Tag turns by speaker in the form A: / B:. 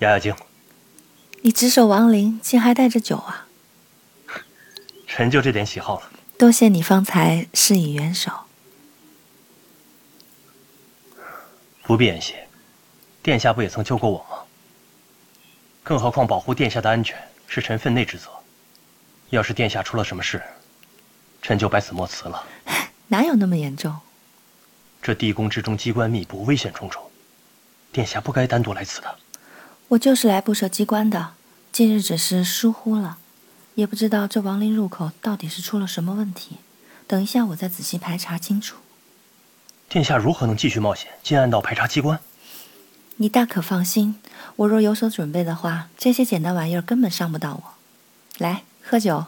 A: 压压惊。
B: 你只守亡灵，竟还带着酒啊！
A: 臣就这点喜好了。
B: 多谢你方才施以援手。
A: 不必言谢，殿下不也曾救过我吗？更何况保护殿下的安全是臣分内之责。要是殿下出了什么事，臣就百死莫辞了。
B: 哪有那么严重？
A: 这地宫之中机关密布，危险重重，殿下不该单独来此的。
B: 我就是来布设机关的，近日只是疏忽了，也不知道这亡灵入口到底是出了什么问题。等一下，我再仔细排查清楚。
A: 殿下如何能继续冒险进暗道排查机关？
B: 你大可放心，我若有所准备的话，这些简单玩意儿根本伤不到我。来，喝酒。